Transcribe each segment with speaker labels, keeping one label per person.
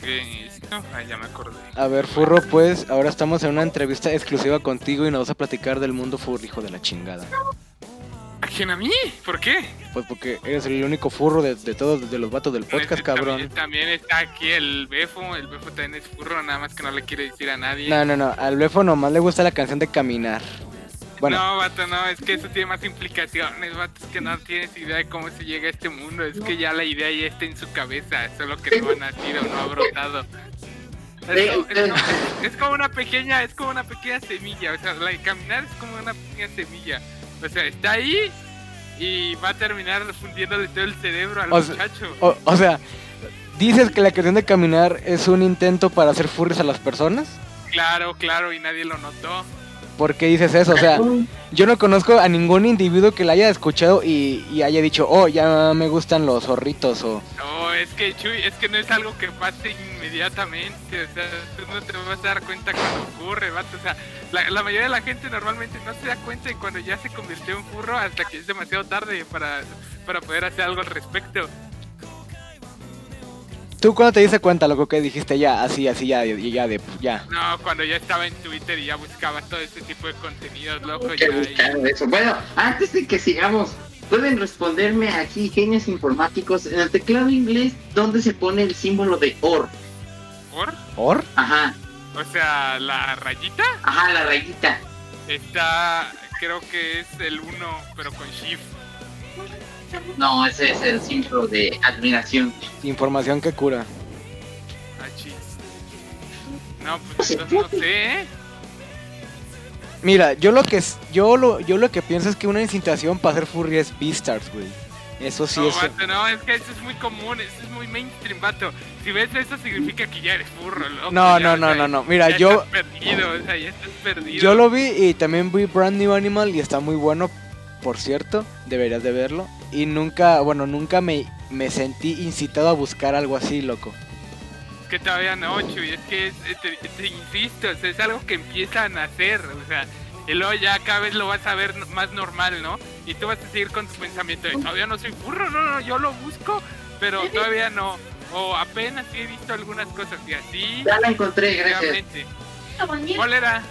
Speaker 1: que. No, ah, ya me acordé.
Speaker 2: A ver, Furro, pues ahora estamos en una entrevista exclusiva contigo y nos vas a platicar del mundo furro, hijo de la chingada.
Speaker 1: ¿A quién a mí? ¿Por qué?
Speaker 2: Pues porque eres el único furro de, de todos de los vatos del podcast,
Speaker 1: Este, también-
Speaker 2: cabrón.
Speaker 1: También, está aquí el Befo. El Befo también es furro, nada más que no le quiere decir a nadie.
Speaker 2: No, no, no, al Blefo nomás le gusta la canción de Caminar. Bueno,
Speaker 1: No, vato, no, es que eso tiene más implicaciones, vato, es que no tienes idea de cómo se llega a este mundo, es que ya la idea ya está en su cabeza, solo que no ha nacido, no ha brotado. Es, co- es co- es como una pequeña, es como una pequeña semilla, o sea, la de caminar es como una pequeña semilla, o sea, está ahí y va a terminar fundiéndole todo el cerebro al
Speaker 2: O sea-
Speaker 1: muchacho.
Speaker 2: o, o sea, dices que la canción de Caminar es un intento para hacer furries a las personas.
Speaker 1: Claro, claro, y nadie lo notó.
Speaker 2: ¿Por qué dices eso? O sea, yo no conozco a ningún individuo que la haya escuchado y, y haya dicho, oh, ya me gustan los zorritos o...
Speaker 1: No, es que Chuy, es que no es algo que pase inmediatamente, o sea, tú no te vas a dar cuenta cuando ocurre, vato, o sea, la, la mayoría de la gente normalmente no se da cuenta de cuando ya se convirtió en furro hasta que es demasiado tarde para, para poder hacer algo al respecto.
Speaker 2: ¿Tú cuando te diste cuenta, loco, que dijiste ya, así, así, ya, y ya, de, ya?
Speaker 1: No, cuando ya estaba en Twitter y ya buscaba todo ese tipo de contenidos, loco, ya
Speaker 3: que
Speaker 1: ahí-
Speaker 3: buscar eso. Bueno, antes de que sigamos, pueden responderme aquí, genios informáticos, en el teclado inglés, ¿dónde se pone el símbolo de OR?
Speaker 1: ¿por?
Speaker 2: ¿Or?
Speaker 3: Ajá,
Speaker 1: O sea, la rayita
Speaker 3: ajá, la rayita.
Speaker 1: está, creo que es el 1, pero con shift.
Speaker 3: No, ese es el símbolo de admiración.
Speaker 2: Información que cura.
Speaker 1: Ah, chis. No, pues entonces no sé, ¿eh?
Speaker 2: Mira, yo lo que es- yo lo, yo lo que pienso es que una incitación para hacer furry es Beastars, güey. Eso sí
Speaker 1: no,
Speaker 2: es.
Speaker 1: vato, no, es que eso es muy común, eso es muy mainstream, vato. Si ves eso significa que ya eres burro, loco.
Speaker 2: No,
Speaker 1: ya,
Speaker 2: no,
Speaker 1: o
Speaker 2: no,
Speaker 1: sea,
Speaker 2: no, no. Mira,
Speaker 1: ya
Speaker 2: yo
Speaker 1: Estás perdido, o sea, ya estás perdido.
Speaker 2: yo lo vi y también vi Brand New Animal y está muy bueno, por cierto, deberías de verlo. Y nunca, bueno, nunca me, me sentí incitado a buscar algo así, loco.
Speaker 1: Que todavía no, y es que, es, es- te- te insisto, o sea, es algo que empieza a nacer, o sea. Y luego ya cada vez lo vas a ver no- más normal, ¿no? Y tú vas a seguir con tu pensamiento de todavía no soy burro, no, no, yo lo busco, pero todavía no. O apenas sí he visto algunas cosas y así,
Speaker 3: Ya la encontré, gracias.
Speaker 1: realmente. ¿Cuál era?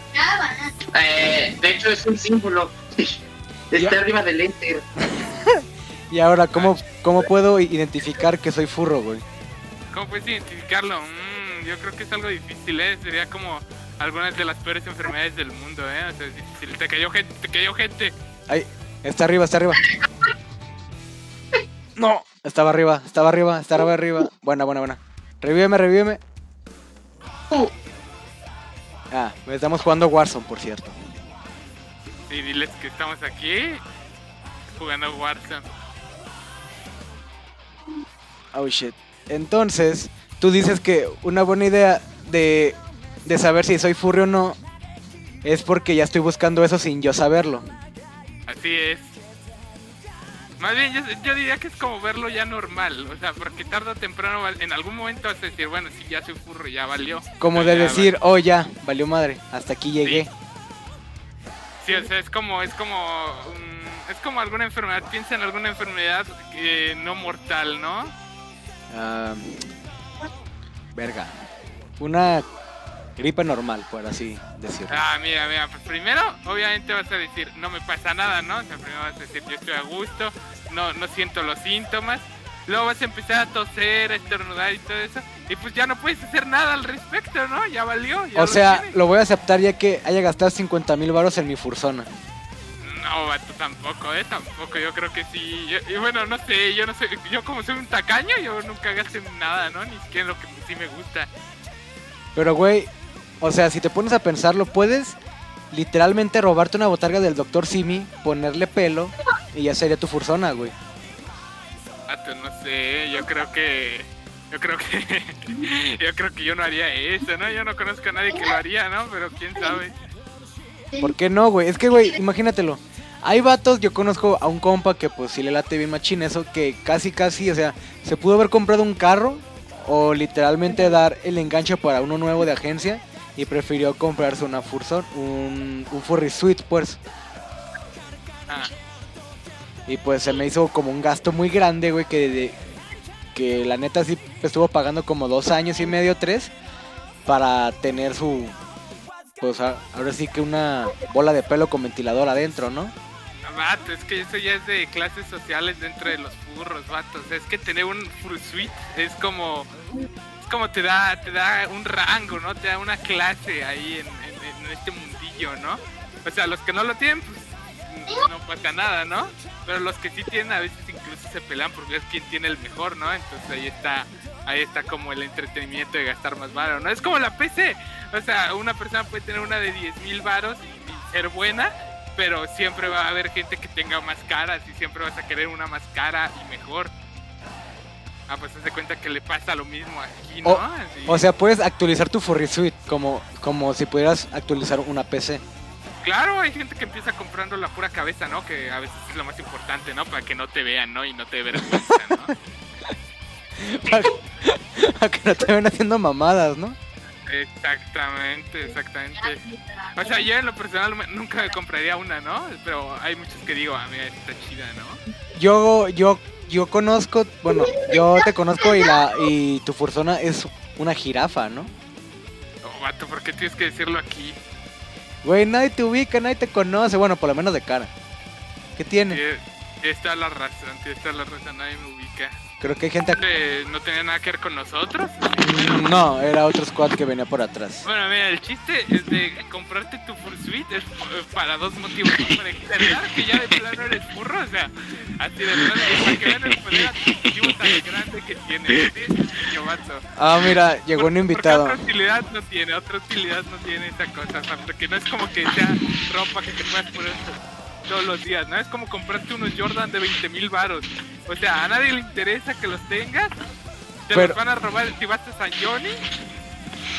Speaker 3: Eh, de hecho, es un símbolo. Está
Speaker 2: Ya.
Speaker 3: arriba del enter.
Speaker 2: Y ahora, ¿cómo, cómo puedo identificar que soy furro, güey?
Speaker 1: ¿Cómo puedes identificarlo? Mm, yo creo que es algo difícil, ¿eh? Sería como algunas de las peores enfermedades del mundo, ¿eh? O sea, es difícil. Te cayó gente, te cayó gente.
Speaker 2: Ahí, está arriba, está arriba. No, estaba arriba, estaba arriba, estaba arriba. Buena, buena, buena. Revíveme, revíveme. Ah, estamos jugando Warzone, por cierto.
Speaker 1: Y diles que estamos aquí jugando Warzone.
Speaker 2: Oh shit. Entonces, tú dices que una buena idea de, de saber si soy furry o no es porque ya estoy buscando eso sin yo saberlo.
Speaker 1: Así es. Más bien, yo, yo diría que es como verlo ya normal, o sea, porque tarde o temprano, va- en algún momento vas a decir, bueno, si ya soy furro, ya valió.
Speaker 2: Como
Speaker 1: O sea,
Speaker 2: de
Speaker 1: ya
Speaker 2: decir, oh ya, valió madre, hasta aquí llegué.
Speaker 1: Sí, o sea, es como, es como, mm, es como alguna enfermedad, piensa en alguna enfermedad eh, no mortal, ¿no?
Speaker 2: Ah, verga. Una gripe normal, por así decirlo.
Speaker 1: Ah, mira, mira, pues primero, obviamente vas a decir, no me pasa nada, ¿no? O sea, primero vas a decir, yo estoy a gusto, no, no siento los síntomas. Luego vas a empezar a toser, a estornudar y todo eso. Y pues ya no puedes hacer nada al respecto, ¿no? Ya valió. ya
Speaker 2: O
Speaker 1: lo
Speaker 2: sea,
Speaker 1: tienes.
Speaker 2: lo voy a aceptar ya que haya gastado 50 mil baros en mi fursona.
Speaker 1: No, vato, tampoco, ¿eh? Tampoco, yo creo que sí. Yo- y bueno, no sé, yo no sé. Yo como soy un tacaño, yo nunca gasto en nada, ¿no? Ni siquiera en lo que sí me gusta.
Speaker 2: Pero, güey, o sea, si te pones a pensarlo, puedes literalmente robarte una botarga del Dr. Simi, ponerle pelo y ya sería tu fursona, güey.
Speaker 1: Vato, no sé, yo creo que. Yo creo que. yo creo que yo no haría eso, ¿no? Yo no conozco a nadie que lo haría, ¿no? Pero quién sabe.
Speaker 2: ¿Por qué no, güey? Es que, güey, imagínatelo. Hay vatos, yo conozco a un compa que pues si le late bien machín eso, que casi, casi, o sea, se pudo haber comprado un carro o literalmente dar el enganche para uno nuevo de agencia y prefirió comprarse una Fursor, un, un Furry Suite, pues.
Speaker 1: Ah,
Speaker 2: Y pues se me hizo como un gasto muy grande, güey, que, de- que la neta sí estuvo pagando como dos años y medio, tres, para tener su, pues a- ahora sí que una bola de pelo con ventilador adentro, ¿no?
Speaker 1: Vato, es que eso ya es de clases sociales dentro de los burros, vato. O sea, es que tener un fruit suite es como. Es como te da, te da un rango, ¿no? Te da una clase ahí en, en- en este mundillo, ¿no? O sea, los que no lo tienen, pues no pasa nada, ¿no? Pero los que sí tienen, a veces incluso se pelean porque es quien tiene el mejor, ¿no? Entonces ahí está. Ahí está como el entretenimiento de gastar más varo, ¿no? Es como la PC. O sea, una persona puede tener una de 10 mil varos y- y ser buena, pero siempre va a haber gente que tenga más caras y siempre vas a querer una más cara y mejor. Ah, pues se cuenta que le pasa lo mismo aquí, ¿no?
Speaker 2: O-
Speaker 1: Así-
Speaker 2: O sea, puedes actualizar tu Furry Suite como, como si pudieras actualizar una PC.
Speaker 1: claro, hay gente que empieza comprando la pura cabeza, ¿no? Que a veces es lo más importante, ¿no? Para que no te vean, ¿no? Y no te dé vergüenza, ¿no?
Speaker 2: Para, para que no te ven haciendo mamadas, ¿no?
Speaker 1: exactamente, exactamente. O sea, yo en lo personal me- nunca me compraría una, ¿no? Pero hay muchos que digo, a mí está chida, ¿no?
Speaker 2: Yo, yo, yo conozco, bueno, yo te conozco y la y tu fursona es una jirafa, ¿no?
Speaker 1: Oh, vato, ¿por qué tienes que decirlo aquí?
Speaker 2: Güey, nadie te ubica, nadie te conoce, bueno, por lo menos de cara. ¿Qué tiene?
Speaker 1: Tienes Eh, tienes toda la razón, tienes toda la razón, nadie me ubica.
Speaker 2: Creo que hay gente ac-
Speaker 1: Eh, no tenía nada que ver con nosotros.
Speaker 2: No, era otro squad que venía por atrás.
Speaker 1: Bueno, mira, el chiste es de comprarte tu full suite es eh, para dos motivos. ¿no? Para externar que ya de plano eres burro, o sea, así de plano, para que vean el poder tan grande que tiene. ¿sí? Yo mato.
Speaker 2: Ah, mira, llegó un
Speaker 1: Porque-
Speaker 2: invitado.
Speaker 1: Porque otra utilidad no tiene, otra utilidad no tiene esa cosa, o sea, porque no es como que sea ropa que te puedas poner todos los días, ¿no? Es como comprarte unos Jordan de 20 mil varos. O sea, a nadie le interesa que los tengas, te
Speaker 2: Pero-
Speaker 1: los van a robar si vas a San Johnny,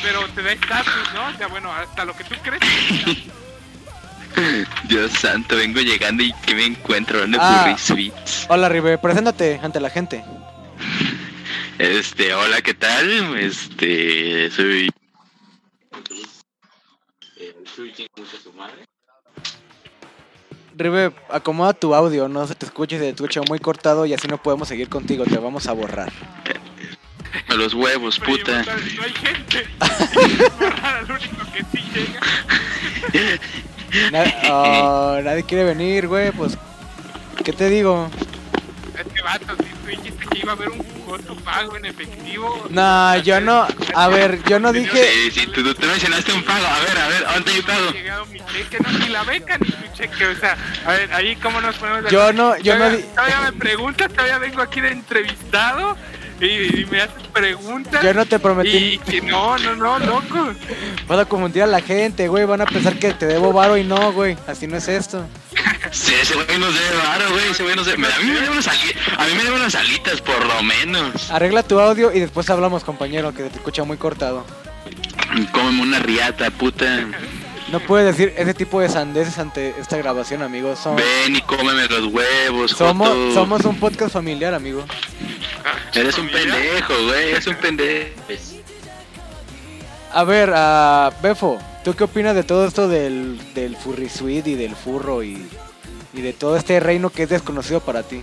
Speaker 1: pero te da estatus, ¿no? O sea, bueno, hasta lo que tú crees.
Speaker 4: Dios santo, vengo llegando y que me encuentro en el
Speaker 2: Ah.
Speaker 4: Furry Suites.
Speaker 2: Hola, Ribe, preséntate ante la gente.
Speaker 4: Este, hola, ¿qué tal? Este, soy.
Speaker 2: Ribe, acomoda tu audio, no se te escuche, se te escucha muy cortado y así no podemos seguir contigo, te vamos a borrar.
Speaker 4: A los huevos,
Speaker 1: Pero
Speaker 4: puta.
Speaker 1: igual No hay gente. Es borrar al único que sí llega.
Speaker 2: Na- oh, nadie quiere venir, güey, pues... ¿Qué te digo?
Speaker 1: Este vato, si tú dijiste que iba a haber un jugoso pago en efectivo.
Speaker 2: No, yo no- a ver, yo no dije-
Speaker 4: Sí, sí, tú, tú- tú mencionaste un pago. A ver, a ver, ¿dónde hay
Speaker 1: No ha
Speaker 4: pago?
Speaker 1: llegado mi cheque, no, ni la beca ni mi cheque, o sea, a ver, ahí cómo nos ponemos... de
Speaker 2: Yo
Speaker 1: acuerdo?
Speaker 2: no- yo no
Speaker 1: todavía,
Speaker 2: di-
Speaker 1: Todavía me preguntas, todavía vengo aquí de entrevistado y, y me haces preguntas.
Speaker 2: Yo no te
Speaker 1: Y
Speaker 2: prometí,
Speaker 1: que no, no, no, loco.
Speaker 2: vas a confundir a la gente, güey, van a pensar que te debo varo y no, güey, así no es esto.
Speaker 4: Sí, ese güey nos debe varo, güey. Ese güey nos debe. A mí me debe unas alitas. A mí me debe unas alitas, por lo menos.
Speaker 2: Arregla tu audio y después hablamos, compañero, que se te escucha muy cortado.
Speaker 4: Cómeme una riata, puta.
Speaker 2: No puedes decir ese tipo de sandeces ante esta grabación, amigo. Som-
Speaker 4: Ven y cómeme los huevos,
Speaker 2: somos,
Speaker 4: joto.
Speaker 2: somos un podcast familiar, amigo.
Speaker 4: Eres un
Speaker 1: Mira,
Speaker 4: pendejo, güey. Eres un pendejo.
Speaker 3: Pues,
Speaker 2: A ver, ah, Befo, ¿tú qué opinas de todo esto del, del furry suite y del furro y, y de todo este reino que es desconocido para ti?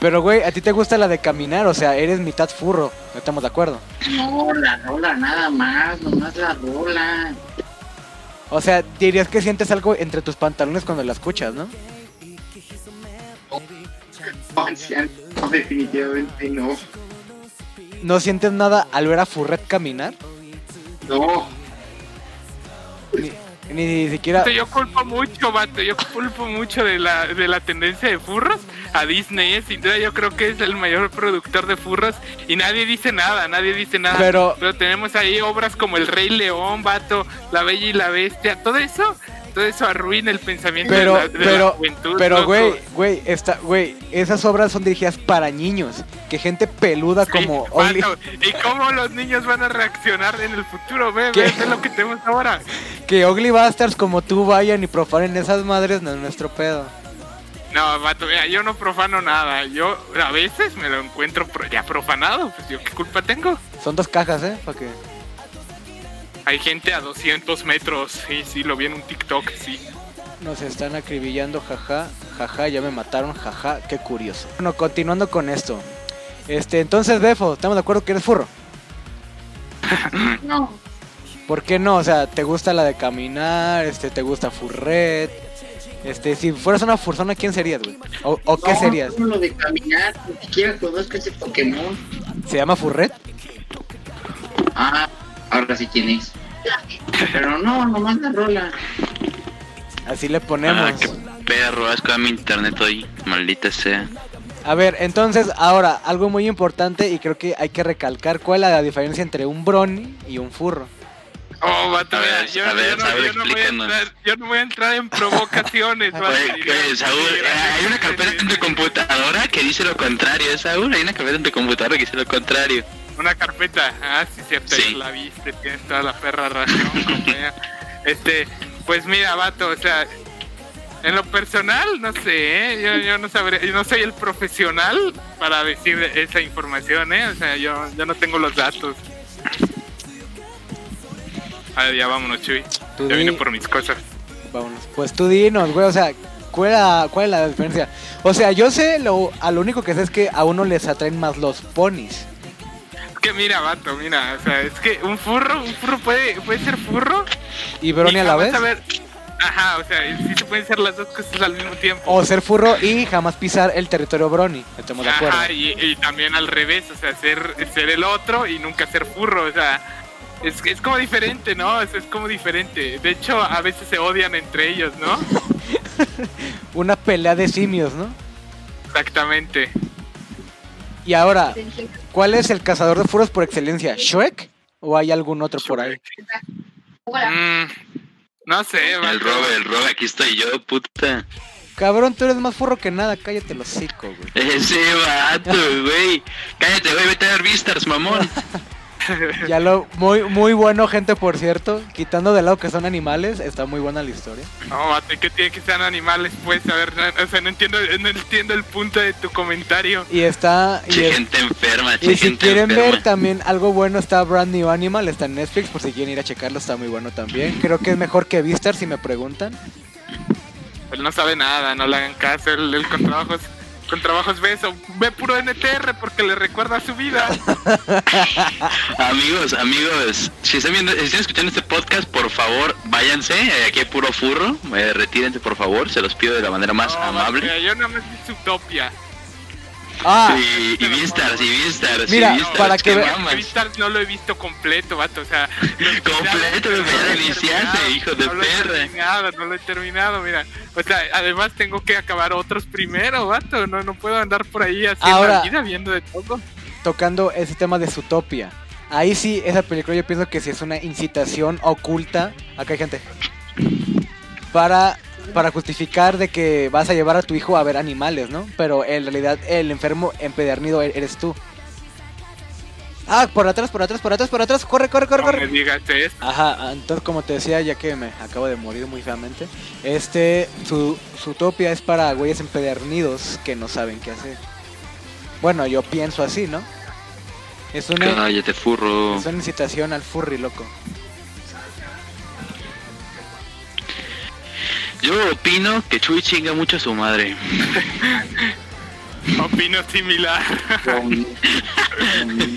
Speaker 2: Pero, güey, a ti te gusta la de caminar, o sea, eres mitad furro, no estamos de acuerdo.
Speaker 3: no, la rola nada más, nomás la rola.
Speaker 2: O sea, dirías que sientes algo entre tus pantalones cuando la escuchas, ¿no?
Speaker 3: O sea, no, definitivamente no.
Speaker 2: ¿No sientes nada al ver a Furret caminar?
Speaker 3: No,
Speaker 2: Ni, ni siquiera...
Speaker 1: vato, Yo culpo mucho, vato, yo culpo mucho de la, de la tendencia de furros a Disney, eh, sin duda yo creo que es el mayor productor de furros y nadie dice nada, nadie dice nada.
Speaker 2: Pero,
Speaker 1: Pero tenemos ahí obras como El Rey León, Vato, La Bella y la Bestia, todo eso, todo eso arruina el pensamiento
Speaker 2: Pero-
Speaker 1: de, la, de la
Speaker 2: pero-
Speaker 1: juventud.
Speaker 2: Pero,
Speaker 1: loco.
Speaker 2: güey, güey, esta, güey, esas obras son dirigidas para niños. Que gente peluda
Speaker 1: Sí,
Speaker 2: como Oli-
Speaker 1: vato, ¿Y cómo los niños van a reaccionar en el futuro? Ve,
Speaker 2: ¿Qué?
Speaker 1: ve, ve lo que tenemos ahora.
Speaker 2: que Ogly Bastards como tú vayan y profanen esas madres, no es nuestro pedo.
Speaker 1: No, Vato, mira, yo no profano nada. Yo a veces me lo encuentro pro- ya profanado. Pues yo qué culpa tengo.
Speaker 2: Son dos cajas, ¿eh? Pa' que...
Speaker 1: Hay gente a 200 metros. Sí, sí, lo vi en un TikTok, sí.
Speaker 2: Nos están acribillando, jaja, jaja, ya me mataron, jaja, qué curioso. Bueno, continuando con esto. Este, entonces, Defo, ¿estamos de acuerdo que eres furro?
Speaker 5: No,
Speaker 2: ¿Por qué no? O sea, ¿te gusta la de caminar? Este, ¿te gusta Furret? Este, si fueras una fursona, ¿quién serías, güey? ¿O, o qué
Speaker 3: No,
Speaker 2: serías?
Speaker 3: no, Lo de caminar, ni siquiera conozco ese Pokémon.
Speaker 2: ¿Se llama Furret?
Speaker 3: Ah, ahora sí quién es. Pero no, nomás la rola.
Speaker 2: Así le ponemos.
Speaker 4: Ah, qué perro, asco a mi internet hoy, maldita sea.
Speaker 2: A ver, entonces, ahora, algo muy importante y creo que hay que recalcar cuál es la diferencia entre un brony y un furro.
Speaker 1: Oh, vato,
Speaker 4: A
Speaker 1: mira,
Speaker 4: ver,
Speaker 1: yo,
Speaker 4: a ver,
Speaker 1: yo no,
Speaker 4: Saúl,
Speaker 1: yo no voy a
Speaker 4: explícanos.
Speaker 1: entrar, yo no voy a entrar en provocaciones, vato.
Speaker 4: Oye, oye, Saúl, Pues, eh, hay una carpeta en tu computadora que dice lo contrario, ¿eh, Saúl, hay una carpeta en tu computadora que dice lo contrario.
Speaker 1: Una carpeta. Ah, sí, cierto,
Speaker 4: Sí.
Speaker 1: la viste, tienes toda la perra razón, compañera. Este, pues mira, vato, o sea, en lo personal, no sé, ¿eh? yo, yo no sabré, yo no soy el profesional para decir esa información, ¿eh? O sea, yo, yo no tengo los datos. A ver, ya vámonos, Chuy.
Speaker 2: Tú
Speaker 1: Ya vine
Speaker 2: di-
Speaker 1: por mis cosas.
Speaker 2: Vámonos. Pues tú dinos, güey, o sea, ¿cuál, era- cuál es la diferencia? O sea, yo sé, lo, a lo único que sé es que a uno les atraen más los ponis.
Speaker 1: Es que mira, vato, mira, o sea, es que un furro, un furro puede, puede ser furro.
Speaker 2: ¿Y brony
Speaker 1: y
Speaker 2: a la
Speaker 1: jamás
Speaker 2: vez?
Speaker 1: saber- Ajá, o sea, sí se pueden ser las dos cosas al mismo tiempo.
Speaker 2: O ser furro y jamás pisar el territorio brony. Estamos Oh, de acuerdo.
Speaker 1: Ajá, y, y también al revés, o sea, ser, ser el otro y nunca ser furro, o sea, es, es como diferente, ¿no? Es, es como diferente. De hecho, a veces se odian entre ellos, ¿no?
Speaker 2: Una pelea de simios, ¿no?
Speaker 1: Exactamente.
Speaker 2: Y ahora,
Speaker 5: pensé que
Speaker 2: ¿cuál es el cazador de furros por excelencia? ¿Shrek? ¿O hay algún otro por ahí?
Speaker 5: fuera.
Speaker 1: Mm, no sé,
Speaker 4: El robe, el robe, aquí estoy yo, puta.
Speaker 2: Cabrón, tú eres más furro que nada, cállate los hocico, güey.
Speaker 4: Ese vato, güey. Cállate, güey, vete a ver Vistars, mamón.
Speaker 2: Ya lo, muy, muy bueno, gente, por cierto. Quitando de lado que son animales, está muy buena la historia.
Speaker 1: No, vato, ¿y qué tiene que ser animales, pues? A ver, no- o sea, no entiendo, no entiendo el punto de tu comentario.
Speaker 2: Y está. Y,
Speaker 4: Che,
Speaker 2: es-
Speaker 4: gente enferma, che,
Speaker 2: y si
Speaker 4: gente
Speaker 2: quieren
Speaker 4: enferma.
Speaker 2: ver también algo bueno, está Brand New Animal, está en Netflix, por si quieren ir a checarlo, está muy bueno también. Creo que es mejor que Vistar, si me preguntan.
Speaker 1: Él no sabe nada, no le hagan caso, él, él con trabajos... Con trabajos ve eso, ve puro NTR porque le recuerda a su vida.
Speaker 4: Amigos, amigos, si están, viendo, si están escuchando este podcast, por favor, váyanse. eh, Aquí hay puro furro. eh, retírense, por favor. Se los pido de la manera más
Speaker 1: No, vato,
Speaker 4: amable.
Speaker 1: mira, yo nada más vi Zootopia.
Speaker 2: Ah,
Speaker 4: Y, y Vistars, y Vistars.
Speaker 2: Mira,
Speaker 4: y Vistars,
Speaker 2: para que
Speaker 4: ¿qué
Speaker 2: ve-
Speaker 4: mamas?
Speaker 1: Crystal no lo he visto completo, vato. O sea, los-
Speaker 4: Completo, me voy a iniciarse,
Speaker 1: terminado,
Speaker 4: hijo de
Speaker 1: no lo he
Speaker 4: perra.
Speaker 1: terminado, no lo he terminado, mira. O sea, además tengo que acabar otros primero, vato. No, no puedo andar por ahí haciendo
Speaker 2: Ahora-
Speaker 1: la vida, viendo de todo.
Speaker 2: tocando ese tema de Zootopia. Ahí sí, esa película yo pienso que sí es una incitación oculta. Acá hay gente. Para, para justificar de que vas a llevar a tu hijo a ver animales, ¿no? Pero en realidad el enfermo empedernido e- eres tú. Ah, por atrás, por atrás, por atrás, por atrás. Corre, corre, corre,
Speaker 1: No me
Speaker 2: corre.
Speaker 1: digas eso.
Speaker 2: Ajá, entonces como te decía, ya que me acabo de morir muy feamente, este, su, Zootopia es para güeyes empedernidos que no saben qué hacer. Bueno, yo pienso así, ¿no? Es una,
Speaker 4: Cállate, furro.
Speaker 2: es una incitación al furry, loco.
Speaker 4: Yo opino que Chuy chinga mucho a su madre.
Speaker 1: Opino similar.
Speaker 3: Con- con-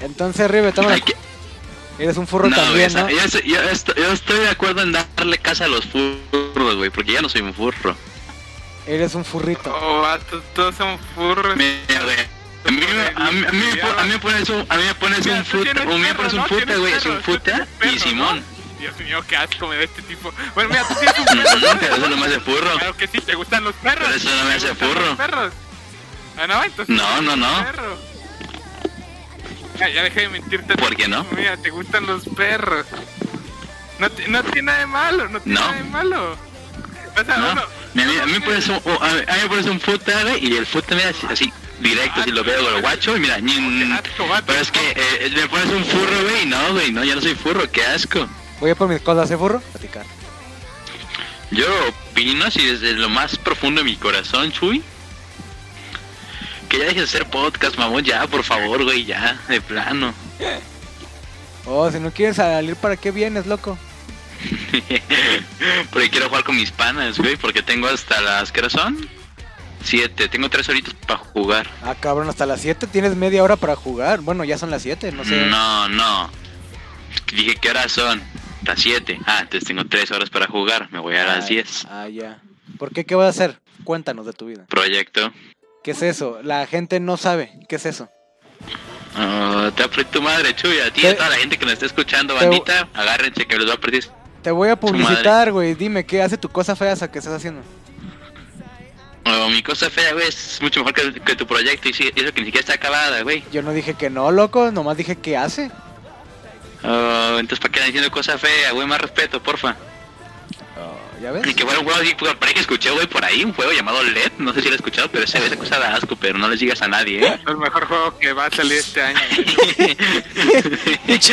Speaker 2: Entonces, Ribe, toma,
Speaker 4: Hay que-
Speaker 2: eres un furro
Speaker 4: no, güey,
Speaker 2: también,
Speaker 4: esa-
Speaker 2: ¿no?
Speaker 4: yo, estoy, yo estoy- yo estoy de acuerdo en darle casa a los furros, güey, porque ya no soy un furro.
Speaker 2: Eres un furrito.
Speaker 1: Oh, vato, todos son furros.
Speaker 4: Mira, güey, A mí, me- a mí- a mí me pon- a mí me pones un, a mí me pones
Speaker 1: Mira,
Speaker 4: un
Speaker 1: tú
Speaker 4: futa,
Speaker 1: tienes
Speaker 4: a mí me
Speaker 1: perro,
Speaker 4: pones un
Speaker 1: ¿no?
Speaker 4: futa,
Speaker 1: Tienes
Speaker 4: güey, es un
Speaker 1: perro, tú
Speaker 4: futa
Speaker 1: tienes
Speaker 4: y
Speaker 1: perro,
Speaker 4: Simón.
Speaker 1: ¿no? Dios mío, qué asco me da este tipo. Bueno, mira, tú tienes un perro. ¿no?
Speaker 4: Pero eso no me hace furro.
Speaker 1: Claro que sí, te gustan los perros.
Speaker 4: Pero eso no me
Speaker 1: ¿Te
Speaker 4: hace
Speaker 1: gustan
Speaker 4: furro.
Speaker 1: los perros? Ah, no, entonces.
Speaker 4: No,
Speaker 1: te
Speaker 4: no,
Speaker 1: gustan
Speaker 4: no.
Speaker 1: los perros. Ya, ya dejé de mentirte.
Speaker 4: ¿Por qué no?
Speaker 1: Mira, te gustan los perros. No, ti- no tiene nada de malo, no tiene
Speaker 4: No.
Speaker 1: nada de malo. O sea,
Speaker 4: No,
Speaker 1: uno-
Speaker 4: mira, a mí, a mí me
Speaker 1: uno-
Speaker 4: pones un, o- a mí- a mí me pones un futa, güey, y el futa me hace así,
Speaker 1: Ah,
Speaker 4: directo, si lo veo con lo guacho, y mira, ñin.
Speaker 1: asco, vato.
Speaker 4: Pero es que eh, me pones un furro, güey, y no, güey, no, ya no soy furro, qué asco.
Speaker 2: Voy a por mis cosas, ¿eh, furro? Platicar.
Speaker 4: Yo opino, si desde lo más profundo de mi corazón, Chuy, que ya dejes de hacer podcast, mamón, ya, por favor, güey, ya, de plano.
Speaker 2: Oh, si no quieres salir, ¿para qué vienes, loco?
Speaker 4: porque quiero jugar con mis panas, güey, porque tengo hasta las que son siete, tengo tres horitas para jugar.
Speaker 2: Ah, cabrón, hasta las 7 tienes media hora para jugar. Bueno, ya son las 7, no sé.
Speaker 4: No, no. Dije qué horas son. Las 7. Ah, entonces tengo tres horas para jugar. Me voy a las
Speaker 2: Ah,
Speaker 4: 10.
Speaker 2: Ah, ya. ¿Por qué? ¿Qué vas a hacer? Cuéntanos de tu vida.
Speaker 4: Proyecto.
Speaker 2: ¿Qué es eso? La gente no sabe. ¿Qué es eso?
Speaker 4: Ah, te aprendí tu madre, Chuy. A ti y
Speaker 2: Te-
Speaker 4: a toda la gente que nos está escuchando,
Speaker 2: te-
Speaker 4: bandita, agárrense que los va a perder.
Speaker 2: Te voy a publicitar, güey. Dime, ¿qué hace tu cosa fea esa que estás haciendo?
Speaker 4: Oh, mi cosa fea, güey, es mucho mejor que, que tu proyecto y sí- y eso que ni siquiera está acabada, güey.
Speaker 2: Yo no dije que no, loco. Nomás dije que hace.
Speaker 4: Oh, entonces, ¿para qué andan diciendo cosa fea, güey? Más respeto, porfa.
Speaker 2: Oh, ¿Ya ves?
Speaker 4: Ni que fuera un juego así, pues, por ahí que escuché, güey, por ahí, un juego llamado LED. No sé si lo he escuchado, pero ese, esa cosa da asco, pero no les digas a nadie, ¿eh?
Speaker 1: El mejor juego que va a salir este año. Si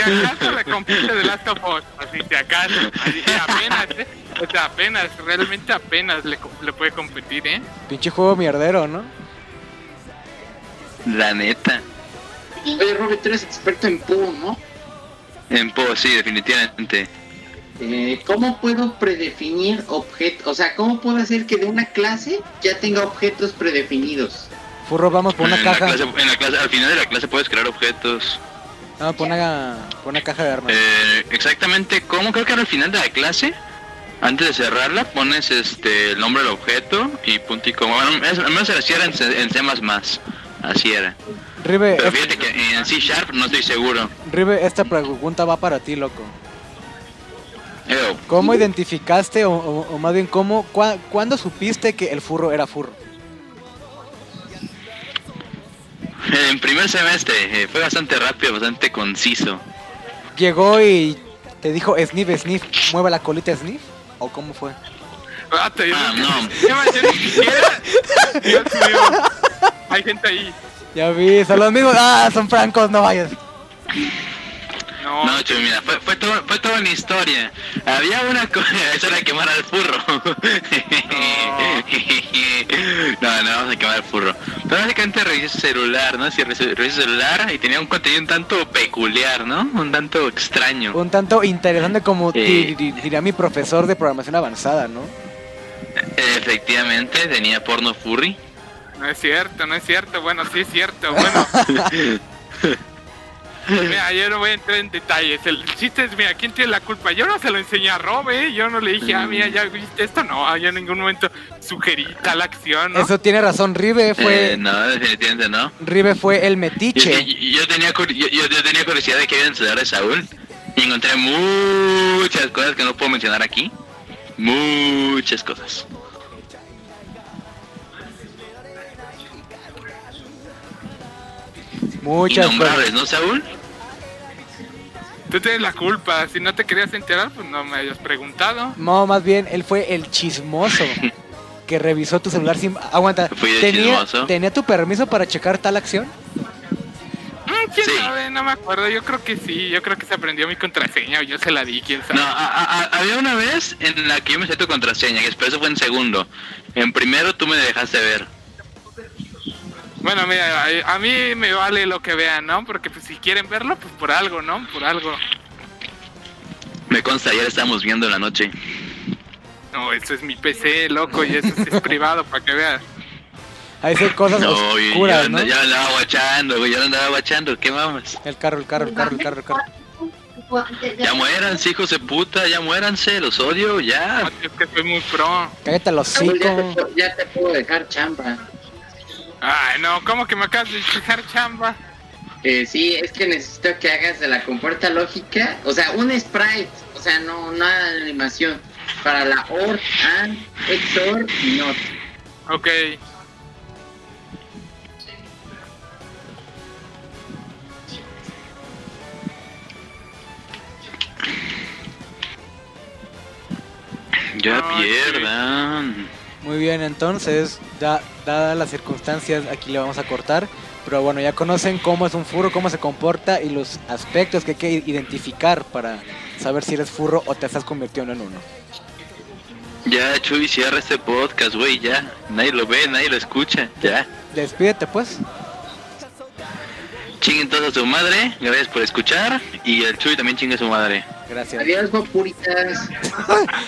Speaker 1: acaso la compite de Last of Us, así si acaso, así, apenas, ¿eh? o sea, apenas, realmente apenas le, co- le puede competir, ¿eh?
Speaker 2: Pinche juego mierdero, ¿no?
Speaker 4: la neta.
Speaker 3: Oye, Robert, tú eres experto en PUBG, ¿no?
Speaker 4: En Po, sí, definitivamente.
Speaker 3: Eh, ¿Cómo puedo predefinir objetos? O sea, ¿cómo puedo hacer que de una clase ya tenga objetos predefinidos?
Speaker 2: Furro, vamos por una
Speaker 4: en,
Speaker 2: caja.
Speaker 4: La clase, en la clase, al final de la clase puedes crear objetos.
Speaker 2: No, por una, por una caja de armas.
Speaker 4: Eh, exactamente, ¿cómo? Creo que ahora al final de la clase, antes de cerrarla, pones este el nombre del objeto y punto y coma. Bueno, es- al menos así era en, C- en C++. Así era.
Speaker 2: Ribe,
Speaker 4: Pero
Speaker 2: es-
Speaker 4: fíjate que en C Sharp no estoy seguro.
Speaker 2: Ribe, esta pregunta va para ti, loco.
Speaker 4: Ew.
Speaker 2: ¿Cómo identificaste, o, o- o más bien, cómo, cua- cuándo supiste que el furro era furro?
Speaker 4: En primer semestre eh, fue bastante rápido, bastante conciso.
Speaker 2: Llegó y te dijo, sniff, sniff, mueva la colita, sniff. ¿O cómo fue?
Speaker 1: Vato, yo
Speaker 4: Ah, no.
Speaker 1: Yo me yo ni siquiera. Dios mío. Hay gente ahí.
Speaker 2: Ya vi, son los mismos. Ah, son francos, no vayas.
Speaker 1: No,
Speaker 4: No, Chuy, mira, fue, fue, todo- fue toda una historia. Había una cosa, eso era quemar al furro. No, no, vamos a quemar al furro. Pero básicamente revisé su celular, ¿no? Si revisé revisé su celular y tenía un contenido un tanto peculiar, ¿no? Un tanto extraño.
Speaker 2: Un tanto interesante como
Speaker 4: Eh.
Speaker 2: di- di- diría mi profesor de programación avanzada, ¿no?
Speaker 4: Efectivamente, tenía porno furry.
Speaker 1: no es cierto, no es cierto. Bueno, sí es cierto. Bueno. Pues Mira, yo no voy a entrar en detalles. El chiste es, mira, ¿quién tiene la culpa? Yo no se lo enseñé a Rob, ¿eh? Yo no le dije, ah, mira, ya viste esto. No, yo en ningún momento sugerí tal acción, ¿no?
Speaker 2: Eso tiene razón, Ribe fue,
Speaker 4: Eh, no, definitivamente no.
Speaker 2: Ribe fue el
Speaker 4: Yo, yo-
Speaker 2: metiche.
Speaker 4: yo tenía, cur- yo, yo- yo tenía curiosidad de que había en el celular de Saúl y encontré muchas cosas que no puedo mencionar aquí. Muchas cosas.
Speaker 2: Muchas
Speaker 4: Innombrables, ¿no, Saúl?
Speaker 1: Tú tienes la culpa. Si no te querías enterar, pues no me hayas preguntado.
Speaker 2: No, más bien, él fue el chismoso que revisó tu celular sin... Aguanta,
Speaker 4: Fui el
Speaker 2: ¿tenía,
Speaker 4: chismoso.
Speaker 2: ¿tenía tu permiso para checar tal acción?
Speaker 1: Mm, ¿Quién
Speaker 4: Sí.
Speaker 1: sabe? No me acuerdo. Yo creo que sí. Yo creo que se aprendió mi contraseña o yo se la di, quién sabe.
Speaker 4: No, a- a- a- había una vez en la que yo me sé tu contraseña, que después fue en segundo. En primero tú me dejaste ver.
Speaker 1: Bueno, mira, a- a mí me vale lo que vean, ¿no? Porque pues, si quieren verlo, pues por algo, ¿no? Por algo.
Speaker 4: Me consta, ayer estábamos viendo en la noche.
Speaker 1: No, eso es mi PC, loco, y eso es, es privado, para que veas.
Speaker 2: Ahí sí hay cosas
Speaker 4: No, y- yo,
Speaker 2: oscuras, ¿no?
Speaker 4: anda- yo andaba guachando, güey, yo andaba guachando, ¿qué mamas?
Speaker 2: El carro, el carro, el carro, el carro, el carro.
Speaker 4: Ya muéranse, hijos de puta, ya muéranse, los odio, ya.
Speaker 1: Es que soy muy pro.
Speaker 2: Cállate los
Speaker 3: Saúl, Pues ya, te,
Speaker 2: cinco.
Speaker 3: puedo- ya te puedo dejar chamba.
Speaker 1: Ay, no, ¿cómo que me acabas de dejar chamba?
Speaker 3: Eh, sí, es que necesito que hagas de la compuerta lógica, o sea, un sprite, o sea, no, nada de animación. Para la OR, AND, XOR y NOT.
Speaker 1: Ok.
Speaker 4: Ya
Speaker 1: No,
Speaker 4: pierdan.
Speaker 2: Muy bien, entonces, da- dadas las circunstancias, aquí le vamos a cortar. Pero bueno, ya conocen cómo es un furro, cómo se comporta y los aspectos que hay que identificar para saber si eres furro o te estás convirtiendo en uno.
Speaker 4: Ya, Chuy, cierra este podcast, güey, ya. Nadie lo ve, nadie lo escucha, ya.
Speaker 2: Despídete pues.
Speaker 4: Chinguen todos a su madre, gracias por escuchar. Y el Chuy también chingue a su madre.
Speaker 2: Gracias.
Speaker 3: Adiós, papuritas.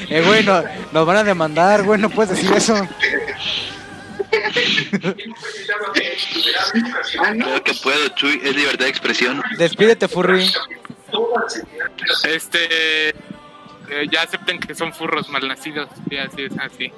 Speaker 2: Eh, güey, no- nos van a demandar, güey, no puedes decir eso.
Speaker 3: Ah, no.
Speaker 4: Claro que puedo, Chuy, es libertad de expresión.
Speaker 2: Despídete, Furry.
Speaker 1: Este. eh, ya acepten que son furros malnacidos. Sí, así es, así.